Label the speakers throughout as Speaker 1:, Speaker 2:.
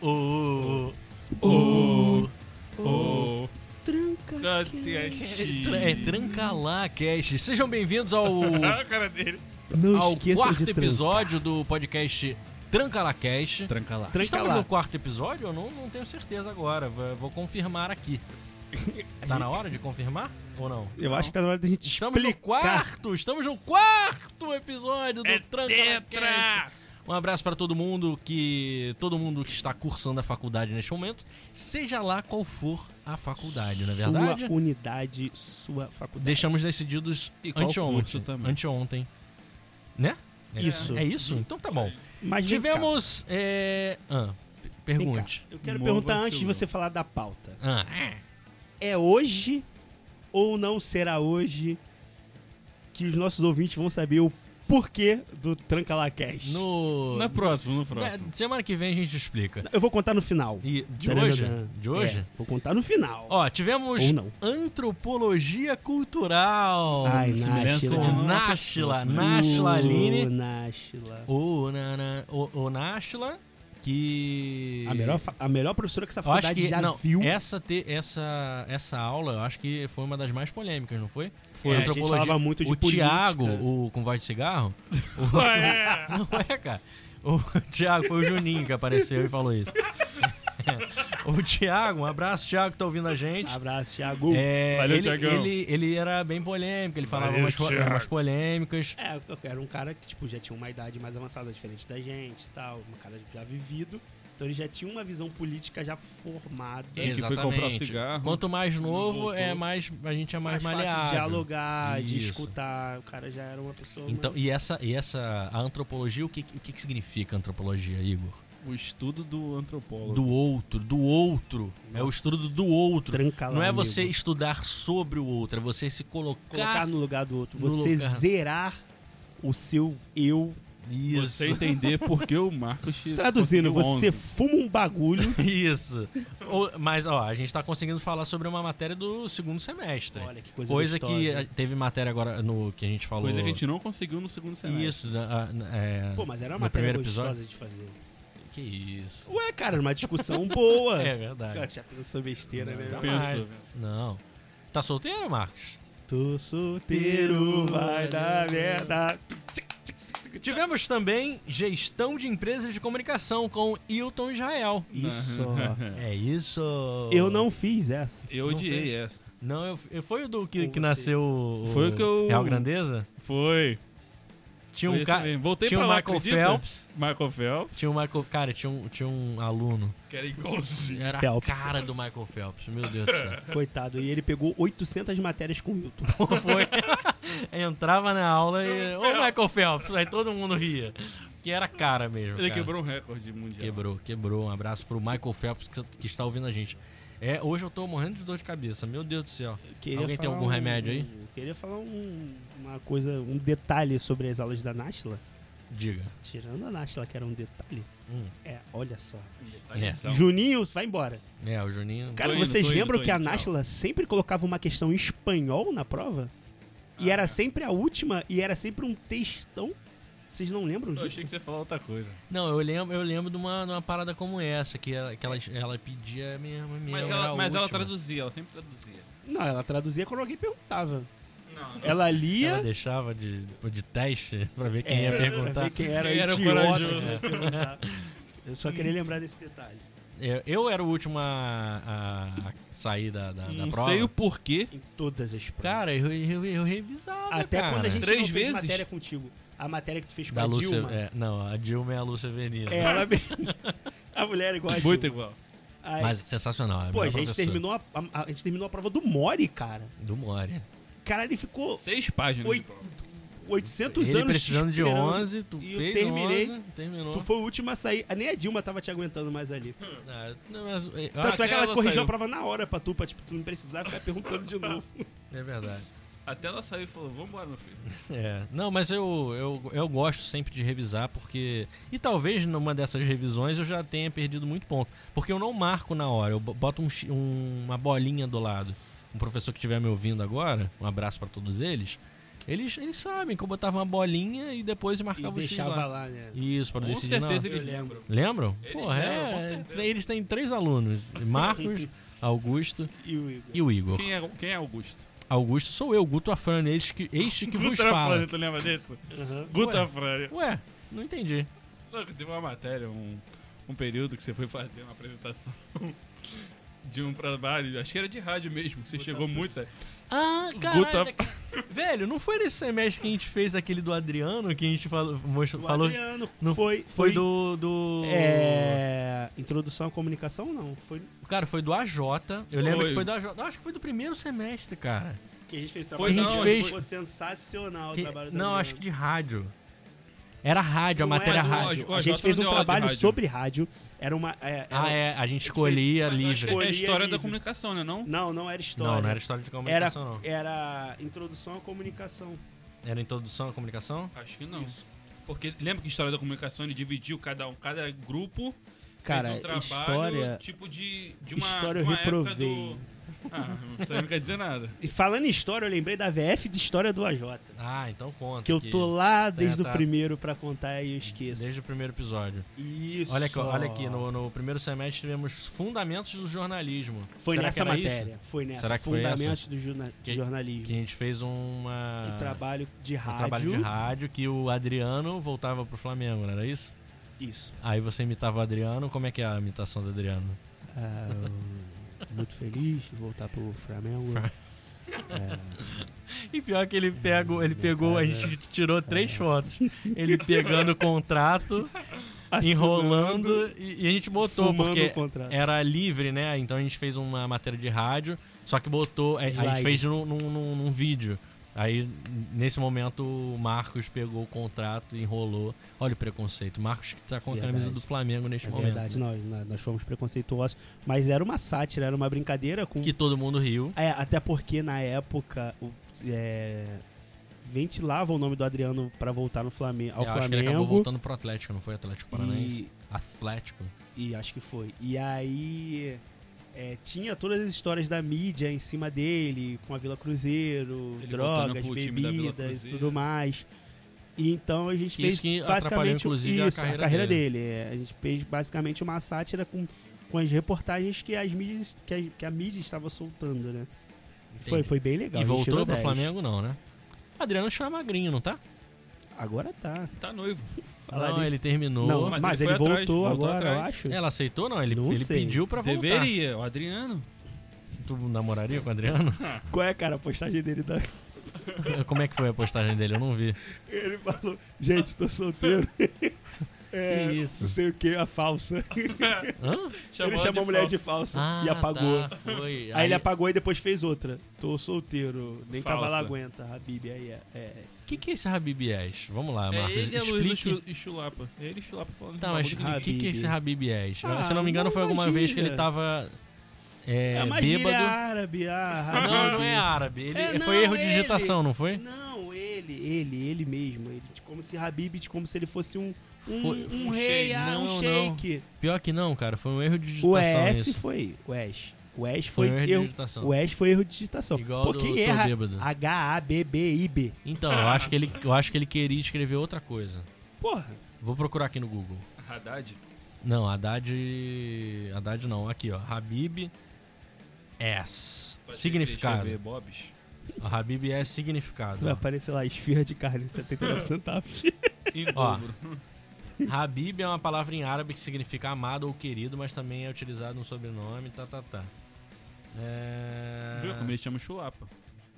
Speaker 1: o. O.
Speaker 2: Oh,
Speaker 3: Tranca.
Speaker 1: É, tranca lá, cast. Sejam bem-vindos ao,
Speaker 2: a cara dele.
Speaker 3: Não
Speaker 1: ao
Speaker 3: esqueça
Speaker 1: quarto
Speaker 3: de trancar.
Speaker 1: episódio do podcast Tranca lá Cast.
Speaker 2: Tranca lá.
Speaker 3: Tranca
Speaker 1: Estamos
Speaker 3: lá.
Speaker 1: no quarto episódio? Eu não, não tenho certeza agora. Vou, vou confirmar aqui. Tá na hora de confirmar ou não?
Speaker 3: Eu acho que tá na hora da gente
Speaker 1: Estamos no
Speaker 3: explicar.
Speaker 1: quarto, estamos no quarto episódio do
Speaker 2: É
Speaker 1: Tranca lá Cast.
Speaker 2: tetra!
Speaker 1: Um abraço pra todo mundo que todo mundo que está cursando a faculdade neste momento, seja lá qual for a faculdade, não é verdade?
Speaker 3: Sua unidade, sua faculdade.
Speaker 1: Deixamos decididos
Speaker 2: E qual curso
Speaker 1: anteontem,
Speaker 2: também.
Speaker 1: anteontem, né? É,
Speaker 3: Isso.
Speaker 1: É isso? Então tá bom.
Speaker 3: Mas vem cá.
Speaker 1: Tivemos é... ah, p- pergunte.
Speaker 3: Eu quero
Speaker 2: Mova
Speaker 3: perguntar
Speaker 2: seu
Speaker 3: antes de
Speaker 2: nome.
Speaker 3: você falar da pauta.
Speaker 1: Ah, é.
Speaker 3: É hoje ou não será hoje que os nossos ouvintes vão saber o porquê do Tranca lá Cast?
Speaker 1: no
Speaker 2: Na próxima, no
Speaker 1: na-
Speaker 2: é próximo.
Speaker 1: semana que vem a gente explica.
Speaker 3: Eu vou contar no final.
Speaker 1: E de
Speaker 3: Tadadadã.
Speaker 1: hoje, de hoje.
Speaker 3: É, vou contar no final.
Speaker 1: Ó, tivemos
Speaker 3: Ou não.
Speaker 1: antropologia cultural.
Speaker 3: Ai,
Speaker 2: semelhança
Speaker 3: Náshila.
Speaker 2: de uma
Speaker 1: Náshila,
Speaker 2: pessoa,
Speaker 1: Náshila
Speaker 3: Ô,
Speaker 1: Aline.
Speaker 3: Náshila.
Speaker 1: O, na, na- o, o Náshila, que.
Speaker 3: A melhor, fa- a melhor professora que essa
Speaker 1: eu acho
Speaker 3: faculdade
Speaker 1: que,
Speaker 3: já
Speaker 1: não, é
Speaker 3: viu.
Speaker 1: Essa, te, essa, essa aula, eu acho que foi uma das mais polêmicas, não foi? É,
Speaker 3: Foi, a gente falava muito de
Speaker 1: o
Speaker 3: política.
Speaker 1: Thiago, o com voz de cigarro.
Speaker 2: Ué,
Speaker 1: Não é, cara. O Thiago, foi o Juninho que apareceu e falou isso. o Thiago, um abraço, Thiago, que tá ouvindo a gente.
Speaker 3: Abraço, Thiago. É,
Speaker 1: É,
Speaker 2: Valeu,
Speaker 1: ele,
Speaker 2: Thiagão.
Speaker 1: ele, ele era bem polêmico, ele falava
Speaker 2: Valeu,
Speaker 1: umas, co-
Speaker 2: Thiago.
Speaker 1: umas polêmicas.
Speaker 3: eu era um cara que tipo, já tinha uma idade mais avançada, diferente da gente e tal. Um cara já vivido. Então ele já tinha uma visão política já formada.
Speaker 2: Ele que foi comprar cigarro.
Speaker 1: Quanto mais novo,
Speaker 2: voltou.
Speaker 1: é mais a gente é mais,
Speaker 3: mais fácil de
Speaker 1: maleável.
Speaker 3: dialogar, de
Speaker 1: Isso.
Speaker 3: escutar. O cara já era uma pessoa...
Speaker 1: Então, e essa, e essa a antropologia, o que, o que que significa antropologia, Igor?
Speaker 2: O estudo do antropólogo.
Speaker 1: Do outro, do outro. É o
Speaker 3: Nossa.
Speaker 1: estudo do outro.
Speaker 3: Tranca lá,
Speaker 1: Não é você
Speaker 3: amigo.
Speaker 1: estudar sobre o outro, é você se colocar,
Speaker 3: Colocar no lugar do outro.
Speaker 1: no
Speaker 3: Você
Speaker 1: lugar.
Speaker 3: zerar o seu eu.
Speaker 1: Isso.
Speaker 2: Você entender por que o Marcos te
Speaker 3: Traduzindo,
Speaker 2: conseguiu
Speaker 3: você
Speaker 2: 11.
Speaker 3: fuma um bagulho.
Speaker 1: Isso. Ou- mas, ó, a gente tá conseguindo falar sobre uma matéria do segundo semestre.
Speaker 3: Olha que coisa
Speaker 1: Coisa que
Speaker 3: gostosa.
Speaker 1: a- teve matéria agora no que a gente falou.
Speaker 2: Coisa que a gente não conseguiu no segundo semestre.
Speaker 1: Isso, na- a- na- é,
Speaker 3: Pô, mas era
Speaker 1: no
Speaker 3: uma matéria
Speaker 1: primeiro
Speaker 3: gostosa
Speaker 1: episódio.
Speaker 3: de fazer.
Speaker 1: Que isso.
Speaker 3: Ué, cara, era uma discussão boa.
Speaker 1: É verdade.
Speaker 3: Cara, já pensou besteira, né?
Speaker 1: Não,
Speaker 3: meu?
Speaker 2: Pensa.
Speaker 1: Não. Tá solteiro, Marcos?
Speaker 3: Tô solteiro, vai dar merda.
Speaker 1: Tivemos também gestão de empresas de comunicação com Hilton Israel.
Speaker 3: Isso. ó.
Speaker 1: É isso.
Speaker 3: Eu não fiz essa.
Speaker 2: Eu
Speaker 1: Não
Speaker 2: odiei
Speaker 1: fez.
Speaker 2: essa.
Speaker 1: Não, eu, eu- foi o do que,
Speaker 3: Com
Speaker 1: que
Speaker 3: você.
Speaker 1: nasceu o,
Speaker 2: Foi o que eu-
Speaker 1: Real Grandeza?
Speaker 2: Foi.
Speaker 1: Tinha
Speaker 2: Foi
Speaker 1: um
Speaker 2: esse
Speaker 1: cara.
Speaker 2: mesmo. Voltei
Speaker 1: Tinha
Speaker 2: pra
Speaker 1: o
Speaker 2: lá,
Speaker 1: Michael
Speaker 2: acredita?
Speaker 1: Phelps.
Speaker 2: Michael Phelps.
Speaker 1: Tinha um Michael. Cara, tinha um, tinha um aluno.
Speaker 2: Que era igualzinho.
Speaker 1: Era
Speaker 3: Phelps.
Speaker 1: a cara do Michael Phelps. Meu Deus do céu.
Speaker 3: Coitado. E ele pegou 800 matérias com o Milton.
Speaker 1: Foi. Entrava na aula e. Ô, Michael Phelps! Aí todo mundo ria. Que era a cara mesmo.
Speaker 2: Ele
Speaker 1: cara.
Speaker 2: quebrou um recorde mundial.
Speaker 1: Quebrou, quebrou. Um abraço pro Michael Phelps que, que está ouvindo a gente. É, hoje eu tô morrendo de dor de cabeça, meu Deus do céu.
Speaker 3: Eu queria
Speaker 1: Alguém tem
Speaker 3: falar
Speaker 1: algum remédio aí?
Speaker 3: Eu queria falar um- uma coisa, um detalhe sobre as aulas da Náshila.
Speaker 1: Diga.
Speaker 3: Tirando a Náshila, que era um detalhe.
Speaker 1: Hum.
Speaker 3: É, olha só.
Speaker 2: Detalhezão.
Speaker 3: Juninho, vai embora.
Speaker 1: É, o Juninho.
Speaker 3: Cara,
Speaker 2: Então. indo,
Speaker 3: vocês
Speaker 2: tô indo,
Speaker 3: lembram
Speaker 2: tô
Speaker 3: que a
Speaker 2: indo, tchau.
Speaker 3: Náshila sempre colocava uma questão em espanhol na prova? E
Speaker 2: Ah.
Speaker 3: era sempre a última, e era sempre um textão. Vocês não lembram
Speaker 2: Eu
Speaker 3: disso?
Speaker 2: achei que você ia falar outra coisa.
Speaker 1: Não, eu lembro, eu lembro de uma, de uma parada como essa, que ela, que ela, ela pedia mesmo. mesmo,
Speaker 2: Mas,
Speaker 1: era
Speaker 2: ela,
Speaker 1: a
Speaker 2: mas ela
Speaker 1: última.
Speaker 2: traduzia, ela sempre traduzia.
Speaker 3: Não, ela traduzia quando alguém perguntava.
Speaker 2: Não,
Speaker 3: Ela lia.
Speaker 1: Ela deixava de, de teste pra ver quem ia
Speaker 3: É, pra
Speaker 1: perguntar.
Speaker 3: ver quem era,
Speaker 2: Quem era o
Speaker 3: idiota
Speaker 2: corajoso.
Speaker 3: que ia perguntar. Eu só queria lembrar desse detalhe.
Speaker 1: É, Eu era o último a, a- a sair da, da, da
Speaker 2: Não
Speaker 1: prova.
Speaker 2: sei o porquê.
Speaker 3: Em todas as provas.
Speaker 1: Cara, eu, eu, eu revisava.
Speaker 3: Até
Speaker 1: cara.
Speaker 3: quando a gente
Speaker 2: Três
Speaker 3: não fez
Speaker 2: vezes?
Speaker 3: matéria contigo. A matéria que tu fez com
Speaker 1: Da
Speaker 3: a
Speaker 1: Lúcia.
Speaker 3: Dilma.
Speaker 1: é, não, a Dilma é a Lúcia Veneza.
Speaker 3: Ela bem- A mulher é igual a Dilma.
Speaker 2: Muito igual.
Speaker 3: Aí-
Speaker 1: Mas sensacional. é
Speaker 3: Pô, a
Speaker 1: melhor
Speaker 3: gente,
Speaker 1: professora.
Speaker 3: terminou a, a- a gente terminou a prova do Mori, cara.
Speaker 1: Do Moria.
Speaker 3: Cara, ele ficou
Speaker 2: Seis páginas.
Speaker 3: Oi.
Speaker 2: de prova.
Speaker 3: 800
Speaker 1: Ele
Speaker 3: anos te
Speaker 1: precisando de
Speaker 3: esperando.
Speaker 1: 11, tu
Speaker 3: E eu
Speaker 1: fez
Speaker 3: terminei.
Speaker 1: 11, terminou.
Speaker 3: Tu foi o último a sair. Ah, Nem a Dilma tava te aguentando mais ali.
Speaker 1: Ah, não, mas, é,
Speaker 2: Tá.
Speaker 3: Tanto é que ela
Speaker 2: ela
Speaker 3: corrigiu
Speaker 2: saiu.
Speaker 3: a prova na hora pra tu, pra tipo, tu não precisar ficar perguntando de novo.
Speaker 1: ah, é verdade.
Speaker 2: Até ela saiu e falou, vambora, meu filho.
Speaker 1: É. Não, mas eu, eu, eu gosto sempre de revisar, porque. E talvez numa dessas revisões eu já tenha perdido muito ponto. Porque eu não marco na hora, eu bo- boto um x- um- uma bolinha do lado. Um professor que estiver me ouvindo agora, um abraço pra todos eles. Eles, eles sabem que eu botava uma bolinha e depois
Speaker 3: E
Speaker 1: marcava o X
Speaker 3: deixava
Speaker 1: lá.
Speaker 3: lá, né?
Speaker 1: Isso, pra
Speaker 2: Com
Speaker 1: decidir na
Speaker 2: certeza
Speaker 1: hora.
Speaker 2: ele
Speaker 3: Eu lembro.
Speaker 2: lembra.
Speaker 1: Lembram?
Speaker 2: Eles
Speaker 1: Porra,
Speaker 2: lembram, com
Speaker 1: é,
Speaker 2: certeza.
Speaker 1: eles têm três alunos. Marcos, Augusto
Speaker 3: E o Igor.
Speaker 1: e o Igor.
Speaker 2: Quem é, quem é Augusto?
Speaker 1: Augusto sou eu, Guto Afrani, este que, este que vos fala.
Speaker 2: Afrani, tu lembra disso?
Speaker 3: Aham.
Speaker 2: Guto
Speaker 1: Ué.
Speaker 2: Afrani.
Speaker 1: Ué, não entendi.
Speaker 2: Não, Teve uma matéria, um, um período que você foi fazer uma apresentação de um trabalho, acho que era de rádio mesmo, que você chegou muito, sabe?
Speaker 1: Ah,
Speaker 2: Guto
Speaker 1: caralho. Velho, não foi nesse semestre que a gente fez aquele do Adriano que a gente falou. mostrou-
Speaker 3: O
Speaker 1: falou
Speaker 3: Adriano
Speaker 1: não-
Speaker 3: foi,
Speaker 1: foi do. do
Speaker 3: É, introdução à comunicação, não. Foi
Speaker 1: Cara, foi do AJ. Eu lembro
Speaker 2: Foi.
Speaker 1: que foi do AJ. Não, acho que foi do primeiro semestre, cara.
Speaker 3: que a gente fez
Speaker 2: Foi
Speaker 3: trabalho.
Speaker 1: não,
Speaker 3: de-
Speaker 1: fez-
Speaker 3: Foi sensacional
Speaker 1: Que-
Speaker 3: o trabalho do
Speaker 1: não,
Speaker 3: Adriano.
Speaker 1: acho que de rádio. Era rádio, a
Speaker 3: Não
Speaker 1: matéria
Speaker 3: era do
Speaker 1: rádio.
Speaker 2: O
Speaker 3: A
Speaker 2: AJ
Speaker 3: gente fez um
Speaker 2: não deu aula de
Speaker 3: trabalho
Speaker 2: rádio.
Speaker 3: sobre rádio. Era uma. é, era-
Speaker 1: é Ah, é. A gente escolhia
Speaker 2: Mas eu acho
Speaker 1: livre.
Speaker 2: que É a
Speaker 3: Escolhia
Speaker 2: história da
Speaker 3: livre.
Speaker 2: comunicação, né? Não?
Speaker 3: Não, não era história.
Speaker 1: Não, não era história de
Speaker 3: era,
Speaker 1: comunicação, não.
Speaker 3: era introdução à comunicação.
Speaker 1: Era introdução à comunicação?
Speaker 2: Acho que não. Porque lembra que história da comunicação ele dividiu cada um, cada grupo
Speaker 3: Cara,
Speaker 2: fez um trabalho
Speaker 3: história.
Speaker 2: tipo de, de uma
Speaker 3: história eu
Speaker 2: uma época
Speaker 3: reprovei.
Speaker 2: do- Ah, isso aí não quer dizer nada.
Speaker 3: E falando em história, eu lembrei da VF de história do AJ.
Speaker 1: Ah, então conta.
Speaker 3: Que eu tô lá desde o
Speaker 1: tá.
Speaker 3: primeiro pra contar e eu esqueço.
Speaker 1: Desde o primeiro episódio.
Speaker 3: Isso.
Speaker 1: Olha aqui, ó, olha aqui no, no primeiro semestre tivemos fundamentos do jornalismo.
Speaker 3: Foi
Speaker 1: Será
Speaker 3: nessa
Speaker 1: que era
Speaker 3: matéria. Foi nessa.
Speaker 1: Será que foi
Speaker 3: Fundamentos do jorna- de
Speaker 1: Que-
Speaker 3: jornalismo.
Speaker 1: Isso? Que a gente fez uma,
Speaker 3: Um trabalho de
Speaker 1: um
Speaker 3: rádio.
Speaker 1: trabalho de rádio que o Adriano voltava pro Flamengo, não era isso?
Speaker 3: Isso.
Speaker 1: Aí você imitava o Adriano, como é que é a imitação do Adriano?
Speaker 3: Ah, eu- muito feliz de voltar pro Flamengo.
Speaker 1: Fra-
Speaker 3: É,
Speaker 1: E pior que ele pegou, ele pegou, a gente tirou três fotos. Ele pegando o contrato, enrolando e, e a gente botou,
Speaker 3: fumando
Speaker 1: porque é
Speaker 3: o contrato. É
Speaker 1: era livre, né? Então a gente fez uma matéria de rádio, só que botou. é, A, a gente
Speaker 3: Slide.
Speaker 1: fez num, num- num- num vídeo. Aí, nesse momento, o Marcos pegou o contrato e enrolou. Olha o preconceito. O Marcos que tá com a
Speaker 3: Verdade.
Speaker 1: camisa do Flamengo neste
Speaker 3: É
Speaker 1: momento.
Speaker 3: verdade, nós, nós- nós fomos preconceituosos. Mas era uma sátira, era uma brincadeira com.
Speaker 1: Que todo mundo riu.
Speaker 3: É, até porque na época o- é, ventilava o nome do Adriano pra voltar no Flamengo, ao
Speaker 1: Eu acho que ele acabou
Speaker 3: É Flamengo.
Speaker 1: voltando pro Atlético, não é foi Atlético Paranaense?
Speaker 3: E,
Speaker 1: Atlético.
Speaker 3: e acho que foi. E aí é, tinha todas as histórias da mídia em cima dele, com a Vila Cruzeiro,
Speaker 2: Ele voltando
Speaker 3: drogas,
Speaker 2: pro time da Vila
Speaker 3: bebidas e
Speaker 2: Cruzeiro.
Speaker 3: tudo mais. E então a gente
Speaker 1: Que
Speaker 3: fez
Speaker 1: isso que atrapalhou,
Speaker 3: basicamente
Speaker 1: inclusive, a
Speaker 3: isso,
Speaker 1: carreira
Speaker 3: dele. É, a gente fez basicamente uma sátira com, com as reportagens que as mídias que a, que a mídia estava soltando, né? Foi,
Speaker 1: Entendi.
Speaker 3: foi bem legal.
Speaker 1: E
Speaker 3: a gente tirou
Speaker 1: voltou pro
Speaker 3: 10.
Speaker 1: Flamengo, não, né? Adriano está magrinho, não tá?
Speaker 3: Agora tá.
Speaker 2: Tá noivo.
Speaker 3: Falar
Speaker 1: não,
Speaker 3: ali-
Speaker 1: ele terminou.
Speaker 3: Não,
Speaker 2: mas
Speaker 3: mas,
Speaker 2: ele
Speaker 3: ele,
Speaker 2: foi
Speaker 3: voltou,
Speaker 2: atrás, voltou
Speaker 3: agora, eu
Speaker 2: atrás.
Speaker 3: acho.
Speaker 1: Ela aceitou, não? Ele,
Speaker 3: Não
Speaker 1: ele
Speaker 3: sei.
Speaker 1: pediu pra voltar.
Speaker 2: Deveria, o Adriano.
Speaker 1: Tu namoraria com o Adriano?
Speaker 3: Qual é, cara, a postagem dele da.
Speaker 1: Como é que foi a postagem dele? Eu não vi.
Speaker 3: Ele falou, gente, tô solteiro. É,
Speaker 1: Que isso?
Speaker 3: Não sei o que, a falsa.
Speaker 1: Hã?
Speaker 3: ele chamou a mulher de falsa e
Speaker 1: Ah,
Speaker 3: apagou.
Speaker 1: tá, foi.
Speaker 3: Aí, ele apagou e depois fez outra. Tô solteiro, nem
Speaker 2: Falsa.
Speaker 3: cavalo aguenta, Habib. Aí é. é.
Speaker 1: O que, que é esse Habib Ash? Vamos lá,
Speaker 2: É
Speaker 1: Tá, Marcos.
Speaker 2: ele é Luiz e
Speaker 1: explique.
Speaker 2: Chu- e Chulapa. É ele e Chulapa falando
Speaker 1: Tá,
Speaker 2: de
Speaker 1: mas o
Speaker 2: bagulho que ninguém-
Speaker 1: que, que é esse Habib Ash?
Speaker 3: Ah,
Speaker 1: Se não me engano,
Speaker 3: uma
Speaker 1: foi alguma vez que
Speaker 3: gíria.
Speaker 1: ele tava é,
Speaker 3: É uma gíria
Speaker 1: bêbado.
Speaker 3: árabe, ah,
Speaker 1: Não,
Speaker 3: Habib.
Speaker 1: não é árabe. Ele,
Speaker 3: É,
Speaker 1: foi
Speaker 3: não,
Speaker 1: erro de
Speaker 3: ele.
Speaker 1: digitação, não foi?
Speaker 3: Não, ele, ele, ele mesmo. Ele, de como se Habib, de como se ele fosse um, um,
Speaker 1: Foi-
Speaker 3: um
Speaker 2: um
Speaker 3: rei,
Speaker 2: shake.
Speaker 3: ah,
Speaker 1: Não,
Speaker 3: um
Speaker 1: não.
Speaker 3: shake.
Speaker 1: Pior que não, cara. Foi um erro de
Speaker 3: O
Speaker 1: digitação
Speaker 3: S
Speaker 1: isso.
Speaker 3: foi. O S. O S
Speaker 1: Foi
Speaker 3: foi,
Speaker 1: um erro de
Speaker 3: erro.
Speaker 1: digitação.
Speaker 3: O S foi erro de digitação.
Speaker 1: Igual
Speaker 3: Pô,
Speaker 1: do
Speaker 3: quem
Speaker 1: Tô
Speaker 3: erra
Speaker 1: Bêbado.
Speaker 3: H-A-B-B-I-B.
Speaker 1: Então, eu acho, que ele, eu acho que ele queria escrever outra coisa.
Speaker 3: Porra.
Speaker 1: Vou procurar aqui no Google.
Speaker 2: Haddad.
Speaker 1: Não, Haddad. Haddad não. Aqui, ó. Habib S.
Speaker 2: Deixa eu ver,
Speaker 1: Significado.
Speaker 2: Bobs.
Speaker 1: Habib S significado.
Speaker 3: Vai
Speaker 1: ó.
Speaker 3: aparecer lá, esfirra de carne,
Speaker 1: É.
Speaker 3: 79 centavos.
Speaker 2: Em
Speaker 1: Ó.
Speaker 2: dobro.
Speaker 1: Habib é uma palavra em árabe que significa amado ou querido, mas também é utilizado no sobrenome, tá, tá, tá. É.
Speaker 2: Viu como ele chama Chulapa?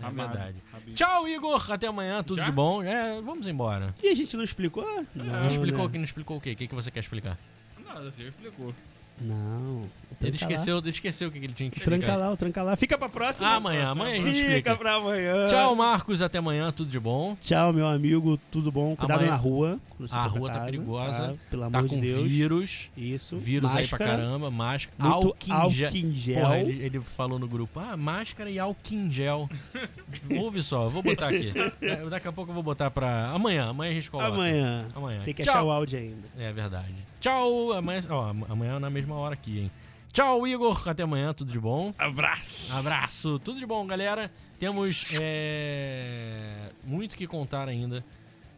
Speaker 1: É
Speaker 2: Amado.
Speaker 1: verdade.
Speaker 2: Habib.
Speaker 1: Tchau, Igor. Até amanhã. Tudo
Speaker 2: Já?
Speaker 1: de bom. É, vamos embora.
Speaker 3: E a gente não explicou?
Speaker 1: Não explicou,
Speaker 3: né?
Speaker 1: que não explicou o quê? O que, que você quer explicar?
Speaker 2: Nada, você explicou.
Speaker 3: Não.
Speaker 1: Ele esqueceu, ele esqueceu o que que ele tinha que
Speaker 3: Lá.
Speaker 1: explicar. Ah,
Speaker 3: Tranca lá, o tranca lá. Fica pra próxima.
Speaker 1: Amanhã, amanhã a gente
Speaker 3: Fica
Speaker 1: explica.
Speaker 3: pra amanhã.
Speaker 1: Tchau, Marcos. Até amanhã. Tudo de bom.
Speaker 3: Tchau, meu amigo. Tudo bom? Cuidado
Speaker 1: Amanhã-
Speaker 3: na rua. quando você
Speaker 1: A
Speaker 3: for pra
Speaker 1: rua tá
Speaker 3: casa,
Speaker 1: perigosa,
Speaker 3: Pelo
Speaker 1: tá
Speaker 3: amor
Speaker 1: com
Speaker 3: de Deus.
Speaker 1: vírus.
Speaker 3: Isso.
Speaker 1: Vírus aí pra
Speaker 3: Máscara,
Speaker 1: caramba, máscara.
Speaker 3: Muito
Speaker 1: Álcool em gel.
Speaker 3: álcool em gel.
Speaker 1: Porra, ele, ele falou no grupo, ah, máscara e álcool em gel. Ouve só, eu vou botar aqui. É, Daqui a pouco eu vou botar pra... Amanhã, amanhã a gente coloca.
Speaker 3: Amanhã.
Speaker 1: Amanhã.
Speaker 3: Tem que
Speaker 1: Tchau.
Speaker 3: achar o áudio ainda.
Speaker 1: É verdade. Tchau, amanhã... Ó, amanhã na mesma hora aqui, hein. Tchau, Igor. Até amanhã. Tudo de bom.
Speaker 2: Abraço!
Speaker 1: Abraço, tudo de bom, galera. Temos é, muito que contar ainda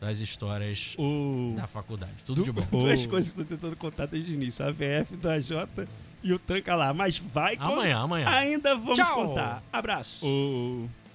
Speaker 1: das histórias
Speaker 3: O...
Speaker 1: da faculdade. Tudo de bom.
Speaker 3: Duas coisas que eu tô tentando contar desde o início: a VF do AJ e o Tranca lá. Mas vai contar.
Speaker 1: Amanhã, amanhã.
Speaker 3: Ainda vamos
Speaker 1: Tchau.
Speaker 3: contar. Abraço.
Speaker 2: O...